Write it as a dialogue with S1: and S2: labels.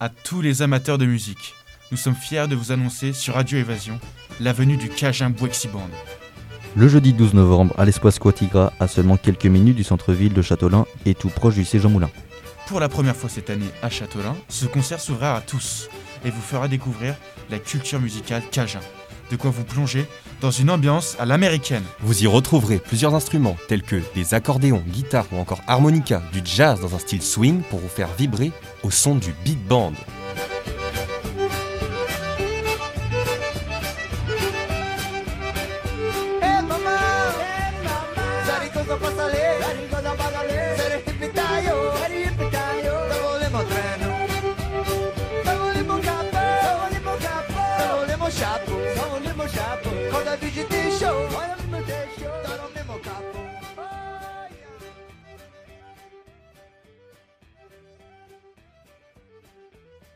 S1: à tous les amateurs de musique. Nous sommes fiers de vous annoncer sur Radio Évasion la venue du Cajun Bwexi Band.
S2: Le jeudi 12 novembre, à l'espace Quatigra, à seulement quelques minutes du centre-ville de Châtelain et tout proche du Cégep Moulin.
S1: Pour la première fois cette année à Châtelain, ce concert s'ouvrira à tous et vous fera découvrir la culture musicale Cajun. De quoi vous plonger dans une ambiance à l'américaine.
S3: Vous y retrouverez plusieurs instruments tels que des accordéons, guitares ou encore harmonica, du jazz dans un style swing pour vous faire vibrer au son du big band.